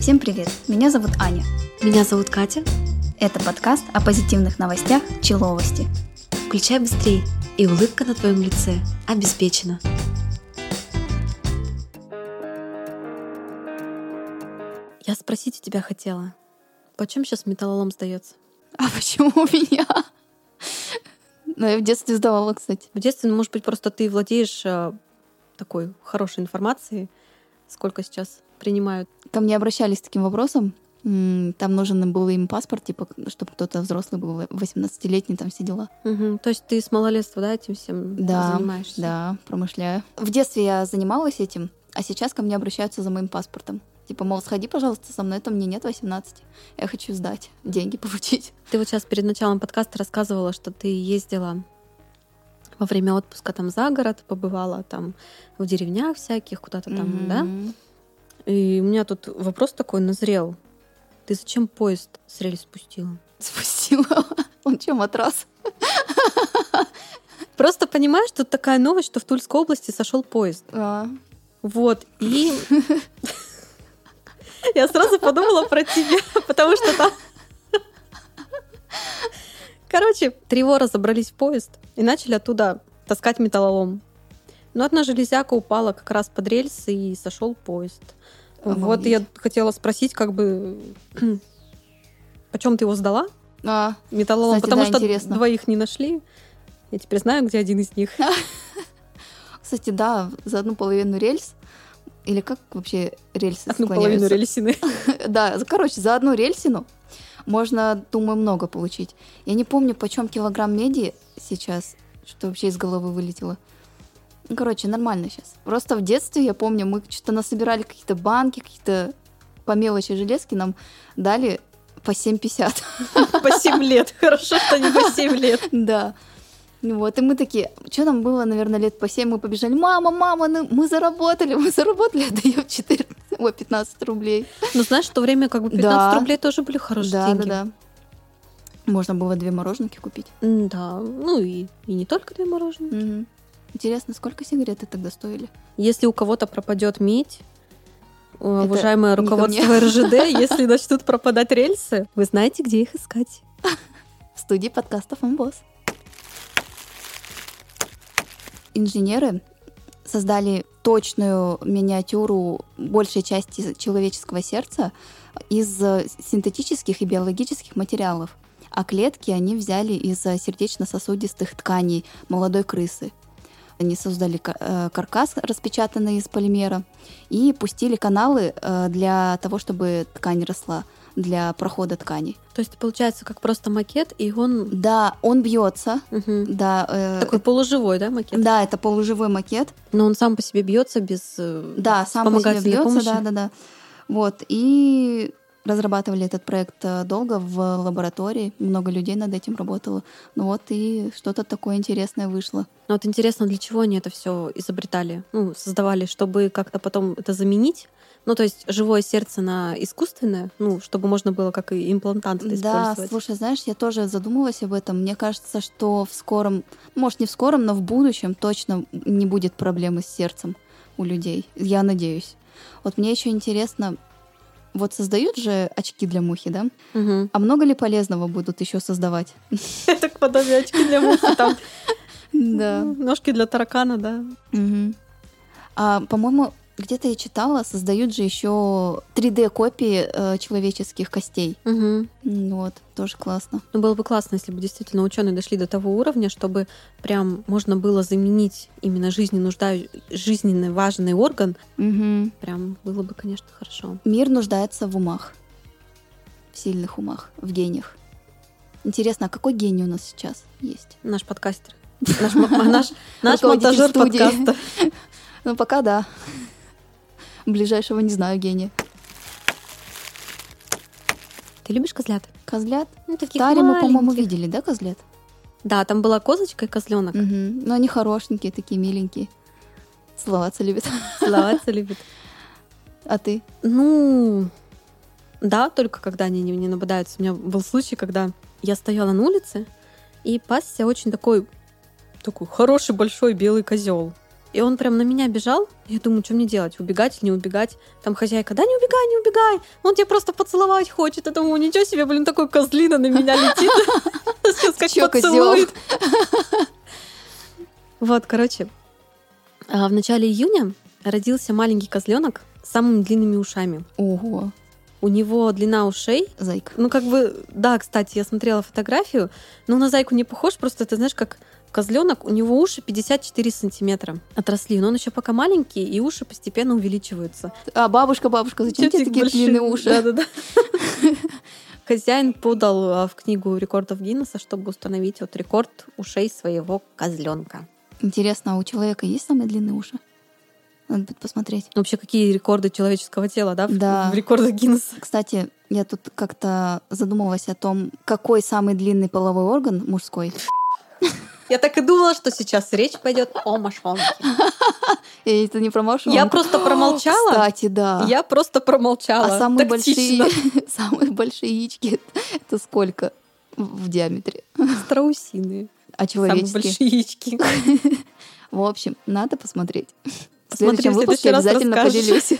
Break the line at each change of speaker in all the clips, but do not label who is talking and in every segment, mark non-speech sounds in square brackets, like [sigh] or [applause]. Всем привет! Меня зовут Аня.
Меня зовут Катя.
Это подкаст о позитивных новостях Человости.
Включай быстрей, и улыбка на твоем лице обеспечена. Я спросить у тебя хотела, почем сейчас металлолом сдается?
А почему у меня? Ну, я в детстве сдавала, кстати.
В детстве, ну, может быть, просто ты владеешь э, такой хорошей информацией, сколько сейчас принимают.
Ко мне обращались с таким вопросом. М, Там нужен был им паспорт, типа, чтобы кто-то взрослый был, 18-летний, там все дела.
Мгм. То есть ты с малолетства, да, этим всем
Да,
занимаешься?
Да, промышляю. В детстве я занималась этим, а сейчас ко мне обращаются за моим паспортом. Типа, мол, сходи, пожалуйста, со мной, это мне нет 18. Я хочу сдать, деньги получить.
Ты вот сейчас перед началом подкаста рассказывала, что ты ездила во время отпуска там за город, побывала там в деревнях всяких, куда-то там, да?
Мгм.
И у меня тут вопрос такой назрел. Ты зачем поезд с рельс спустила?
Спустила. [laughs] Он чем матрас?
Просто понимаешь, тут такая новость, что в Тульской области сошел поезд.
А,
Вот, и... [laughs] Я сразу подумала про тебя, потому что там... Короче, три вора забрались в поезд и начали оттуда таскать металлолом. Но одна железяка упала как раз под рельсы и сошел поезд. Вот я
Обалдеть.
хотела спросить, как бы... [clears throat] Почем ты его сдала?
а,
Металлолом,
Кстати,
потому
да,
что
интересно.
двоих не нашли. Я теперь знаю, где один
[laughs]
из них.
Кстати, да, за одну половину рельс. Или как вообще рельсы
Одну половину
склоняются?
рельсины.
[laughs] Да, за- короче, за одну рельсину можно, думаю, много получить. Я не помню, почем килограмм меди сейчас, что вообще из головы вылетело. Ну, короче, нормально сейчас. Просто в детстве, я помню, мы что-то насобирали какие-то банки, какие-то по мелочи железки нам дали по 7,50.
[laughs] По 7 лет. Хорошо, что не по 7 лет.
Да. Ну Вот, и мы такие, что нам было, наверное, лет по 7, мы побежали, мама, мама, ну, мы заработали, мы заработали, а отдаем 14, ой, 15 рублей.
Ну, знаешь, в то время как бы 15
Да.
рублей тоже были хорошие
да,
деньги.
да, да. Можно было две мороженки купить.
М, да. Ну и, и не только две мороженое.
Мгм. Интересно, сколько сигареты тогда стоили?
Если у кого-то пропадет медь, э, уважаемое
не ко [laughs]
руководство РЖД, если начнут пропадать рельсы, вы знаете, где их искать.
В студии подкастов «Амбос». Инженеры создали точную миниатюру большей части человеческого сердца из э, синтетических и биологических материалов. А клетки они взяли из э, сердечно-сосудистых тканей молодой крысы. Они создали ка- э, каркас, распечатанный из полимера, и пустили каналы э, для того, чтобы ткань росла, для прохода тканей.
То есть получается как просто макет, и он
Да, он бьется,
мгм,
Да, э,
такой полуживой, да, макет?
да, это полуживой макет.
Но он сам по себе бьется без э,
Да, сам по себе
вспомогательной
бьется,
помощи.
да, да, да. Вот, и разрабатывали этот проект э, долго в лаборатории, много людей над этим работало. Ну вот и что-то такое интересное вышло.
Но вот интересно, для чего они это все изобретали, ну, создавали, чтобы как-то потом это заменить? Ну, то есть живое сердце на искусственное, ну, чтобы можно было как и имплантант это
Да,
использовать.
слушай, знаешь, я тоже задумалась об этом. Мне кажется, что в скором, может, не в скором, но в будущем точно не будет проблемы с сердцем у людей. Я надеюсь. Вот мне еще интересно, вот создают же очки для мухи, да?
Мгм.
А много ли полезного будут еще создавать?
Это к подобию очки для мухи, [laughs] там
Да.
ножки для таракана, да.
А, по-моему, где-то я читала, создают же еще 3D-копии э, человеческих костей.
Мгм.
М, Вот, тоже классно.
Ну, было бы классно, если бы действительно ученые дошли до того уровня, чтобы прям можно было заменить именно жизни нужда- жизненно важный орган. Прям было бы, конечно, хорошо.
Мир нуждается в умах. В сильных умах, в гениях. Интересно, а какой гений у нас сейчас есть?
Наш [laughs] подкастер. Наш, мо- наш, наш
Руководитель
монтажер
студии.
[laughs] подкаста.
Ну, пока да. [laughs] Ближайшего не знаю гения.
Ты любишь козлят?
Козлят?
Ну,
В
таких
Таре мы, по-моему,
маленьких.
видели, да, козлят?
Да, там была козочка
[laughs]
и козленок.
Мгм. Ну, они хорошенькие, такие миленькие. Целоваться любят.
Целоваться любит.
А ты?
Ну, да, только когда они не, не нападаются. У меня был случай, когда я стояла на улице и пасся очень такой, такой хороший большой белый козел. И он прям на меня бежал. Я думаю, что мне делать? Убегать или не убегать? Там хозяйка, да не убегай, не убегай. Он тебя просто поцеловать хочет. Я думаю, ничего себе, блин, такой козлина на меня летит. [laughs] Сейчас как поцелует. Вот, короче, а, в начале июня родился маленький козленок с самыми длинными ушами.
Ого.
У него длина ушей.
Зайка.
Ну, как бы, да, кстати, я смотрела фотографию, но на зайку не похож, просто ты знаешь, как козленок, у него уши 54 сантиметра отросли, но он еще пока маленький, и уши постепенно увеличиваются.
А бабушка, бабушка, зачем тебе такие большие? длинные уши?
Да-да-да. [laughs] Хозяин подал а, в книгу рекордов Гиннесса, чтобы установить вот рекорд ушей своего козленка.
Интересно, а у человека есть самые длинные уши? Надо будет посмотреть.
Вообще, какие рекорды человеческого тела, да? Да. В рекордах Гиннесса.
Кстати, я тут как-то задумалась о том, какой самый длинный половой орган мужской.
Я так и думала, что сейчас речь пойдет о мошонке.
Я это не про мошонку.
Я просто промолчала.
Кстати, да.
Я просто промолчала.
А самые Тактично. большие, [laughs] самые большие яички это сколько в диаметре?
[laughs] Страусиные.
А человеческие?
Самые большие яички.
[laughs] В общем, надо посмотреть.
Посмотри, в следующем выпуске
обязательно
расскажешь.
поделюсь.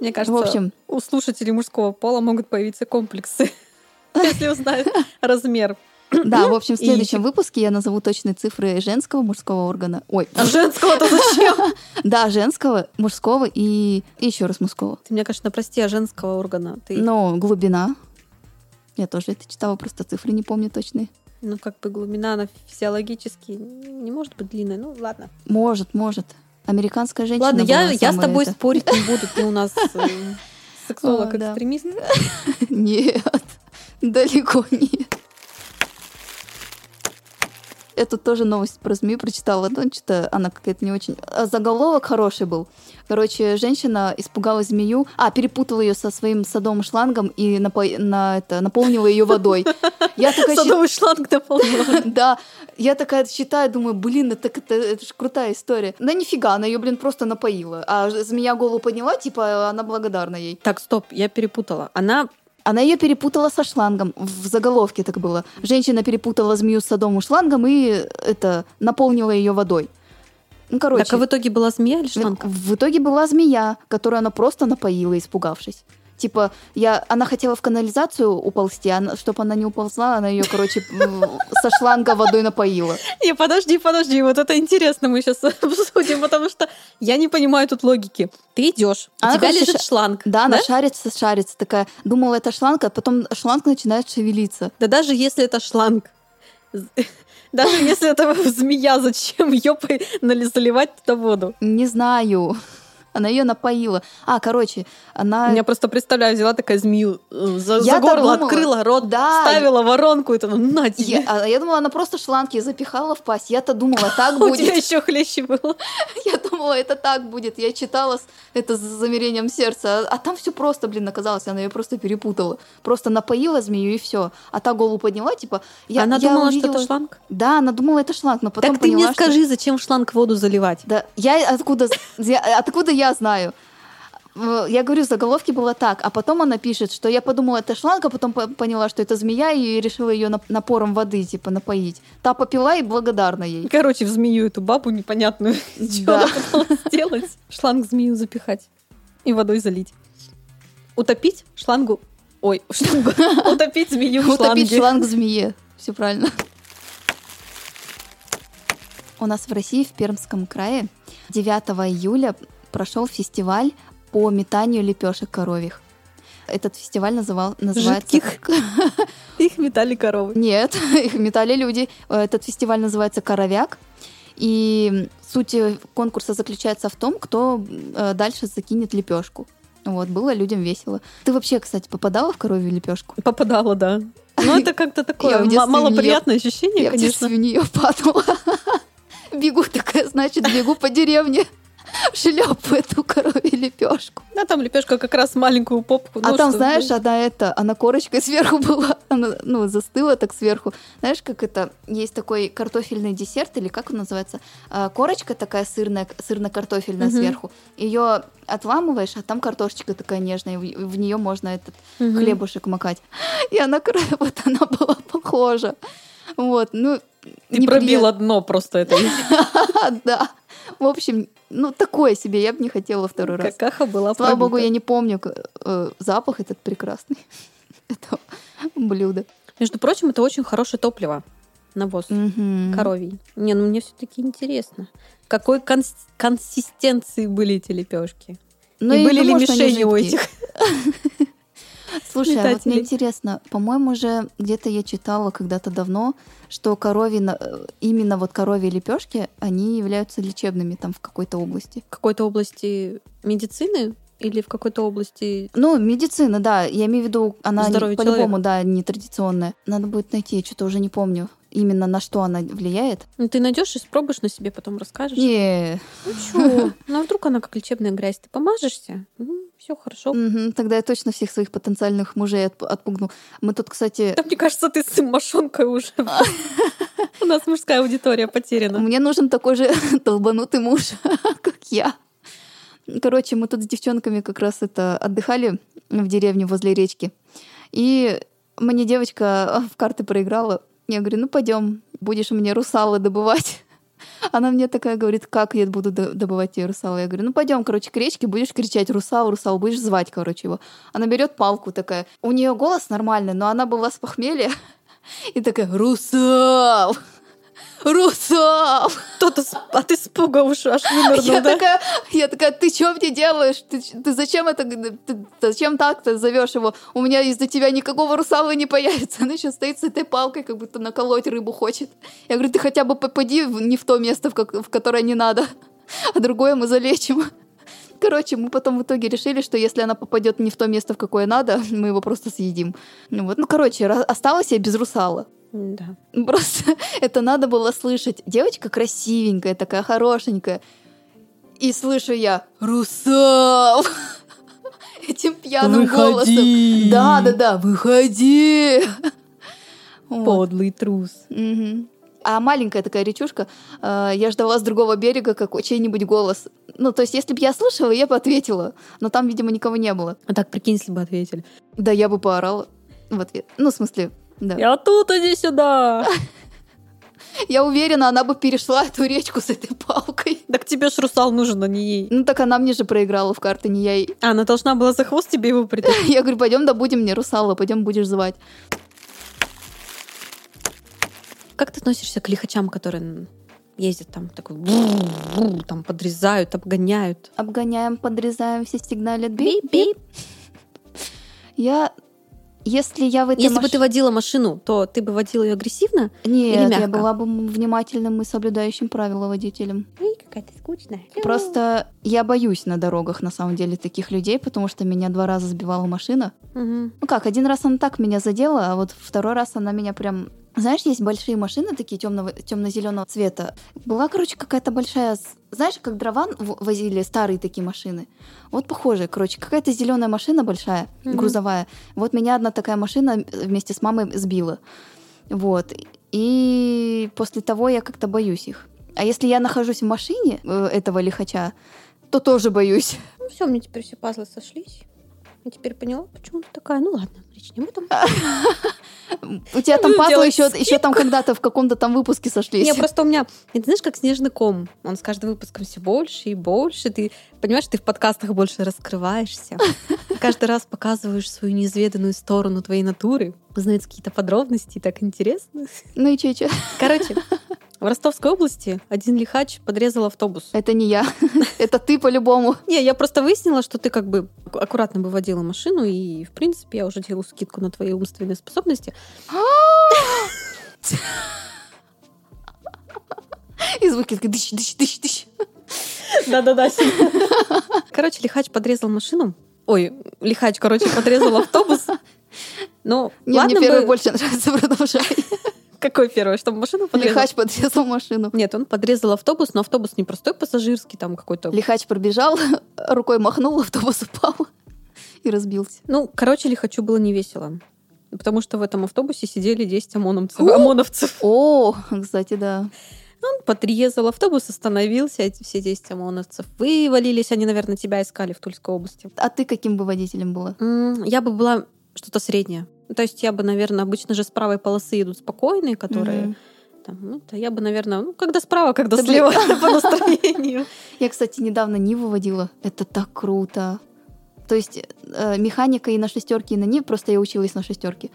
Мне кажется, в общем, у слушателей мужского пола могут появиться комплексы, [laughs] если узнают размер.
Да, в общем, в следующем выпуске я назову точные цифры женского, мужского органа. Ой.
А женского-то зачем?
[laughs] Да, женского, мужского и еще раз мужского.
Ты меня, конечно, прости, а женского органа? Ты...
Но глубина. Я тоже это читала, просто цифры не помню точные.
Ну, как бы глубина, она физиологически не может быть длинной. Ну, ладно.
Может, может. Американская женщина.
Ладно, я, я с тобой
это.
спорить не буду. Ты у нас [laughs] э, сексолог-экстремист.
[laughs] Нет, далеко нет. Эту тоже новость про СМИ прочитала, но что-то она какая-то не очень. А заголовок хороший был. Короче, женщина испугалась змею, а перепутала ее со своим садовым шлангом и напо- на это наполнила ее водой.
Я такая садовый шланг наполнила.
Да, я такая считаю, думаю, блин, это это, это же крутая история. Да нифига, она ее, блин, просто напоила, а змея голову подняла, типа она благодарна ей.
[laughs] Так, стоп, я перепутала. Она
она ее перепутала со шлангом. В заголовке так было. Женщина перепутала змею с садом и шлангом и это наполнила ее водой. Ну, короче.
Так а в итоге была змея или шланг?
В итоге была змея, которую она просто напоила, испугавшись. Типа, я, она хотела в канализацию уползти, а чтобы она не уползла, она ее, короче, со шланга водой напоила.
[laughs] Не, подожди, подожди, вот это интересно мы сейчас [laughs] обсудим, потому что я не понимаю тут логики. Ты идешь, у тебя лежит шланг.
Да, она шарится, шарится, такая, думала, это шланг, а потом шланг начинает шевелиться.
Да даже если это шланг, [laughs] даже если это [laughs] змея, зачем ее заливать туда воду?
Не знаю. Она ее напоила. А, короче, она...
Я просто представляю, взяла такая змею э, за, я за горло, думала, открыла рот, да, ставила воронку, и там, на тебе.
Я, а, я думала, она просто шланги запихала в пасть. Я-то думала, так будет.
[laughs] У тебя еще хлеще было.
[laughs] Я думала, это так будет. Я читала это с замерением сердца. А, а там все просто, блин, оказалось. Она ее просто перепутала. Просто напоила змею, и все. А та голову подняла, типа... Я,
она
я
думала, увидела... что это шланг?
Да, она думала, это шланг, но потом
Так ты
поняла,
мне скажи,
что...
зачем шланг воду заливать?
Да, я откуда... Я, откуда я я знаю. Э, Я говорю, заголовки было так, а потом она пишет, что я подумала, это шланг, а потом поняла, что это змея, и решила ее напором воды, типа, напоить. Та попила и благодарна ей.
Короче, в змею эту бабу непонятную, [laughs] да. что она сделать. Шланг змею запихать и водой залить. Утопить шлангу... Ой, шлангу. [laughs] Утопить змею в шланге.
Утопить шланг змее. Все правильно. У нас в России, в Пермском крае, 9 июля прошел фестиваль по метанию лепешек коровьих. Этот фестиваль называл, называется...
Жидких? Их метали коровы.
Нет, [laughs] их метали люди. Э, Этот фестиваль называется «Коровяк». И суть э, конкурса заключается в том, кто э, дальше закинет лепешку. Вот, было людям весело. Ты вообще, кстати, попадала в коровью лепешку?
Попадала, да. Ну,
[laughs]
это как-то такое малоприятное нее... ощущение,
я
конечно.
Я в нее [laughs] падала. Бегу такая, значит, бегу по деревне [laughs] шлеп эту коровью лепешку.
А там лепешка как раз маленькую попку.
А ну, там, знаешь, она это, она корочкой [laughs] сверху была, она, ну, застыла так сверху. Знаешь, как это, есть такой картофельный десерт, или как он называется? А, Корочка такая сырная, сырно-картофельная угу. сверху. Ее отламываешь, а там картошечка такая нежная, в, в нее можно этот [gasps] [laughs] угу. хлебушек макать. И она, вот она была похожа. Вот, ну,
Ты пробила дно просто это.
[laughs] Да. В общем, ну такое себе, я бы не хотела второй раз.
Какаха была
Слава богу, я не помню э, запах этот прекрасный. [laughs] Это блюдо.
Между прочим, это очень хорошее топливо. Навоз коровий. Не, ну мне все-таки интересно. Какой консистенции были эти лепешки?
Ну, и, и были ли мишени у этих? [laughs] Слушай, а вот мне интересно, по-моему, уже где-то я читала когда-то давно, что коровьи, именно вот коровьи лепешки, они являются лечебными там в какой-то области.
В [laughs] какой-то области медицины или в какой-то области...
Ну, медицина, да, я имею в виду, она по-любому, да, нетрадиционная. Надо будет найти, я что-то уже не помню именно на что она влияет.
Ну, ты найдешь и спробуешь на себе, потом расскажешь.
Не.
Ну чё? Ну, а вдруг она как лечебная грязь, ты помажешься? Ну, все хорошо.
Угу, тогда я точно всех своих потенциальных мужей отп- отпугну. Мы тут, кстати...
Да, мне кажется, ты с мошонкой [laughs] уже. У нас мужская аудитория потеряна.
Мне нужен такой же [laughs] долбанутый муж, [laughs] как я. Короче, мы тут с девчонками как раз это отдыхали в деревне возле речки. И мне девочка а, в карты проиграла. Я говорю, ну пойдем, будешь мне русала добывать. [laughs] Она мне такая говорит, как я буду добывать тебе русала? Я говорю, ну пойдем, короче, к речке, будешь кричать русал, русал, будешь звать, короче, его. Она берет палку такая. У нее голос нормальный, но она была с похмелья. [laughs] И такая, русал! Русал!
Кто-то от испуга уж аж вынырнул,
я
да?
Такая, я такая, ты что мне делаешь? Ты, ты зачем это? Ты, зачем так-то зовешь его? У меня из-за тебя никакого русала не появится. [laughs] Она сейчас стоит с этой палкой, как будто наколоть рыбу хочет. Я говорю, ты хотя бы попади не в то место, в, как, в которое не надо, [laughs] а другое мы залечим. [laughs] Короче, мы потом в итоге решили, что если она попадет не в то место, в какое надо, [laughs] мы его просто съедим. Ну вот, ну короче, осталась я без русала.
Да.
[laughs] Просто это надо было слышать. Девочка красивенькая, такая хорошенькая. И слышу я «Русал!» [laughs] Этим пьяным
выходи!
голосом. Да, да, да, выходи! [laughs]
Подлый трус.
Угу. А маленькая такая речушка, э, я ждала с другого берега как чей-нибудь голос. Ну, то есть, если бы я слышала, я бы ответила. Но там, видимо, никого не было.
А так, прикинь, если бы ответили.
Да, я бы поорала в ответ. Ну, в смысле, да.
Я тут, иди сюда.
Я уверена, она бы перешла эту речку с этой палкой.
[laughs] Так тебе ж русал нужен, а не ей.
Ну так она мне же проиграла в карты, не я ей. [laughs]
А, она должна была за хвост тебе его [laughs] притащить.
Я говорю, пойдем добудем мне русала, пойдем будешь звать.
Как ты относишься к лихачам, которые ездят там такой, там подрезают, обгоняют?
Обгоняем, подрезаем, все сигналят. Бип-бип. Я если я в этой
Если маш... бы ты водила машину, то ты бы водила ее агрессивно?
Нет,
или мягко?
я была бы внимательным и соблюдающим правила водителем.
Эй, какая ты скучная.
Просто я боюсь на дорогах, на самом деле, таких людей, потому что меня два раза сбивала машина.
Угу. Ну
как, один раз она так меня задела, а вот второй раз она меня прям знаешь, есть большие машины такие темного, темно-зеленого цвета. Была, короче, какая-то большая, знаешь, как дрова возили старые такие машины. Вот похожие, короче, какая-то зеленая машина большая, mm-hmm. грузовая. Вот меня одна такая машина вместе с мамой сбила. Вот. И после того я как-то боюсь их. А если я нахожусь в машине э, этого лихача, то тоже боюсь. [laughs]
Ну все, мне теперь все пазлы сошлись. Я теперь поняла, почему ты такая. Ну ладно, речь не об этом.
У тебя там пазлы еще, еще там когда-то в каком-то там выпуске сошлись.
Не, просто у меня, ты знаешь, как снежный ком. Он с каждым выпуском все больше и больше. Ты понимаешь, ты в подкастах больше раскрываешься. Каждый раз показываешь свою неизведанную сторону твоей натуры. Узнаются какие-то подробности, и так интересно.
Ну и че, че?
Короче, в Ростовской области один лихач подрезал автобус.
Это не я. [laughs] Это ты по-любому.
Не, я просто выяснила, что ты как бы аккуратно бы водила машину, и, в принципе, я уже делаю скидку на твои умственные способности.
И звуки дыщ, дыщ, дыщ, дыщ.
Да-да-да. Короче, лихач подрезал машину. Ой, лихач, короче, подрезал автобус. Ну,
не,
ладно
мне первый бы... больше нравится, [laughs] продолжай.
Какой первый? Чтобы машину подрезал?
Лихач подрезал машину.
Нет, он подрезал автобус, но автобус не простой пассажирский, там какой-то...
Лихач пробежал, [laughs] рукой махнул, автобус упал [laughs] и разбился.
Ну, короче, лихачу было не весело. Потому что в этом автобусе сидели 10 ОМОНовцев. ОМОНовцев.
О, кстати, да.
Он подрезал автобус, остановился, эти все 10 ОМОНовцев вывалились. Они, наверное, тебя искали в Тульской области.
А ты каким бы водителем была?
Я бы была что-то среднее. То есть я бы, наверное, обычно же с правой полосы идут спокойные, которые mm-hmm. Там, ну, то я бы, наверное, ну, когда справа, когда слева, [laughs] по настроению.
Я, кстати, недавно не выводила. Это так круто. То есть э, механика и на шестерке, и на Ниве, просто я училась на шестерке.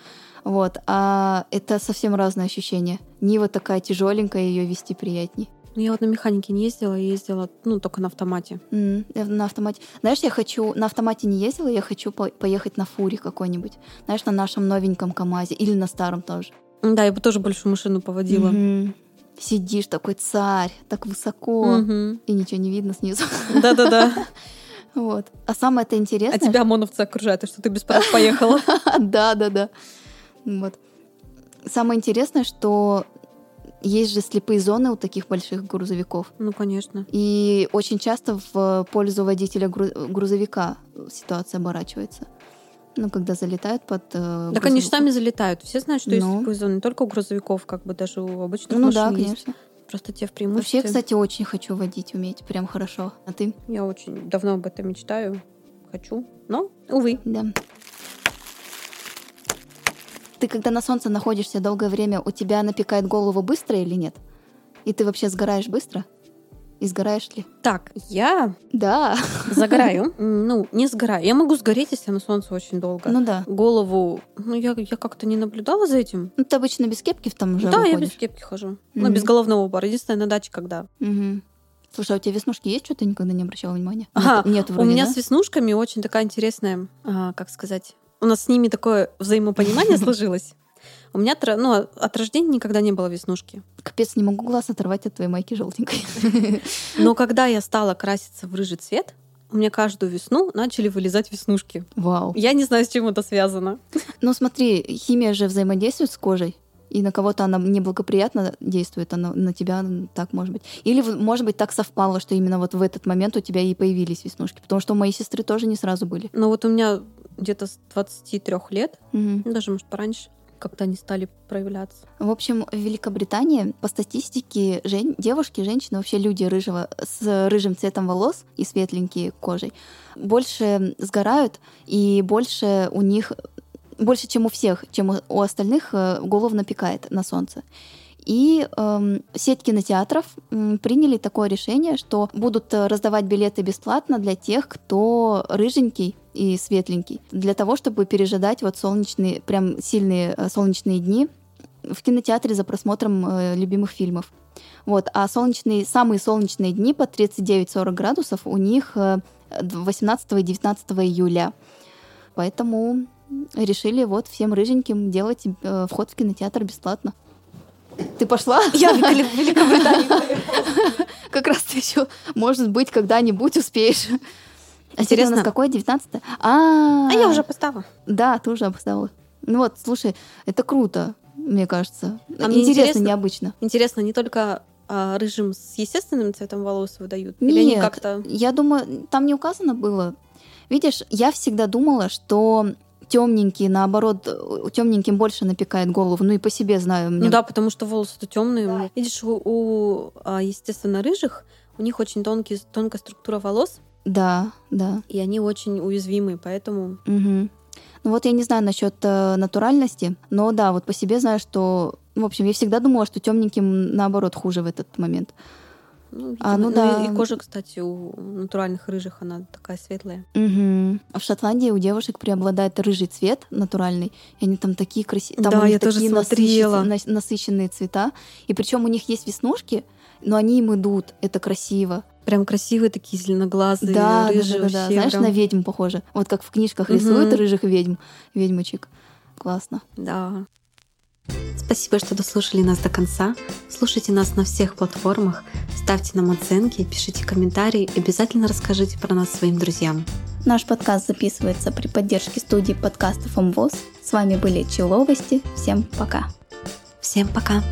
Вот. А это совсем разное ощущение. Нива такая тяжеленькая, ее вести приятней.
Ну, я вот на механике не ездила, я ездила, ну, только на автомате.
М, я на автомате. Знаешь, я хочу... На автомате не ездила, я хочу по- поехать на фуре какой-нибудь. Знаешь, на нашем новеньком КамАЗе или на старом тоже.
Да, я бы тоже большую машину поводила.
Мгм. Сидишь такой царь, так высоко,
Мгм.
и ничего не видно снизу. [laughs]
Да-да-да.
Вот. А самое это интересное...
А тебя ОМОНовцы окружают, и что ты без прав поехала.
[laughs] Да, да, да. Вот. Самое интересное, что есть же слепые зоны у таких больших грузовиков.
Ну, конечно.
И очень часто в пользу водителя гру- грузовика ситуация оборачивается. Ну, когда залетают под... э,
Так они
грузовик.
же сами залетают. Все знают, что есть
Ну.
такой зоны. Не только у грузовиков, как бы даже у обычных
Ну да,
машин есть.
конечно.
Просто те в
Вообще,
преимуществе.
я, кстати, очень хочу водить, уметь. Прям хорошо. А ты?
Я очень давно об этом мечтаю. Хочу. Но, увы.
Да. Ты когда на солнце находишься долгое время, у тебя напекает голову быстро или нет? И ты вообще сгораешь быстро? И сгораешь ли?
Так,
[laughs]
я
Да.
загораю. М, Ну, не сгораю. Я могу сгореть, если на солнце очень долго.
Ну да.
Голову... Ну, я, я как-то не наблюдала за этим.
Ну, ты обычно без кепки в там уже
да, я без
выходишь.
кепки хожу.
Мгм.
Ну, без головного убора. Единственное, на даче, когда.
Мгм. Слушай, а у тебя веснушки есть? Что ты никогда не обращала внимания?
Ага,
Нет, нет, вроде,
У меня
да?
с веснушками очень такая интересная, а, как сказать, у нас с ними такое
[laughs]
взаимопонимание сложилось. У меня тро- ну, от рождения никогда не было веснушки.
Капец, не могу глаз оторвать от твоей майки желтенькой.
[laughs] Но когда я стала краситься в рыжий цвет, у меня каждую весну начали вылезать веснушки.
Вау.
Я не знаю, с чем это связано.
Ну смотри, химия же взаимодействует с кожей. И на кого-то она неблагоприятно действует, а на, на тебя так может быть. Или, в- может быть, так совпало, что именно вот в этот момент у тебя и появились веснушки. Потому что у моей сестры тоже не сразу были.
Но вот у меня где-то с 23 лет,
Мгм.
ну, даже, может, пораньше, как-то они стали проявляться.
В общем, в Великобритании по статистике жен- девушки, женщины, вообще люди рыжего, с рыжим цветом волос и светленькие кожей больше сгорают и больше у них, больше, чем у всех, чем у, у остальных, э, голову напекает на солнце. И эм, сеть кинотеатров м, приняли такое решение, что будут э, раздавать билеты бесплатно для тех, кто рыженький и светленький, для того, чтобы пережидать вот солнечные, прям сильные э, солнечные дни в кинотеатре за просмотром э, любимых фильмов. Вот. А солнечные, самые солнечные дни по 39-40 градусов у них э, 18 и 19 июля. Поэтому решили вот всем рыженьким делать э, вход в кинотеатр бесплатно. Ты пошла? [laughs]
Я в Великобритании.
Как раз ты еще, может быть, когда-нибудь успеешь. А сегодня у нас
Интересно.
какое? 19 А,
А я уже поставила.
Да, ты уже обставила. Ну вот, слушай, это круто, мне кажется.
А мне
интересно,
интересно-
необычно.
Интересно, не только а, рыжим с естественным цветом волос выдают? Или они
Нет.
как-то...
Я думаю, там не указано было. Видишь, я всегда думала, что темненькие, наоборот, темненьким больше напекает голову. Ну и по себе знаю. Мне...
Ну да, потому что волосы-то темные. Видишь, у, у, а, естественно рыжих у них очень тонкий, тонкая структура волос,
Да, да.
и они очень уязвимы, поэтому
Мгм. Ну вот я не знаю насчет э, натуральности, но да, вот по себе знаю, что... В общем, я всегда думала, что темненьким наоборот хуже в этот момент.
ну, видимо,
А, ну
и-
да.
и кожа, кстати, у натуральных рыжих она такая светлая.
Мгм. А в Шотландии у девушек преобладает рыжий цвет натуральный, и они там такие красивые, там
Да,
у них
я тоже
такие
смотрела.
насыщенные- нас- насыщенные цвета, и причем у них есть веснушки, но они им идут, это красиво.
Прям красивые такие зеленоглазые,
да, да, да,
рыжие
да, да.
вообще
знаешь,
прям.
на ведьм похоже. Вот как в книжках
Мгм.
рисуют рыжих ведьм, ведьмочек. Классно.
Да. Спасибо, что дослушали нас до конца. Слушайте нас на всех платформах, ставьте нам оценки, пишите комментарии и обязательно расскажите про нас своим друзьям.
Наш подкаст записывается при поддержке студии подкастов МВОЗ. С вами были Человости. Всем пока.
Всем пока!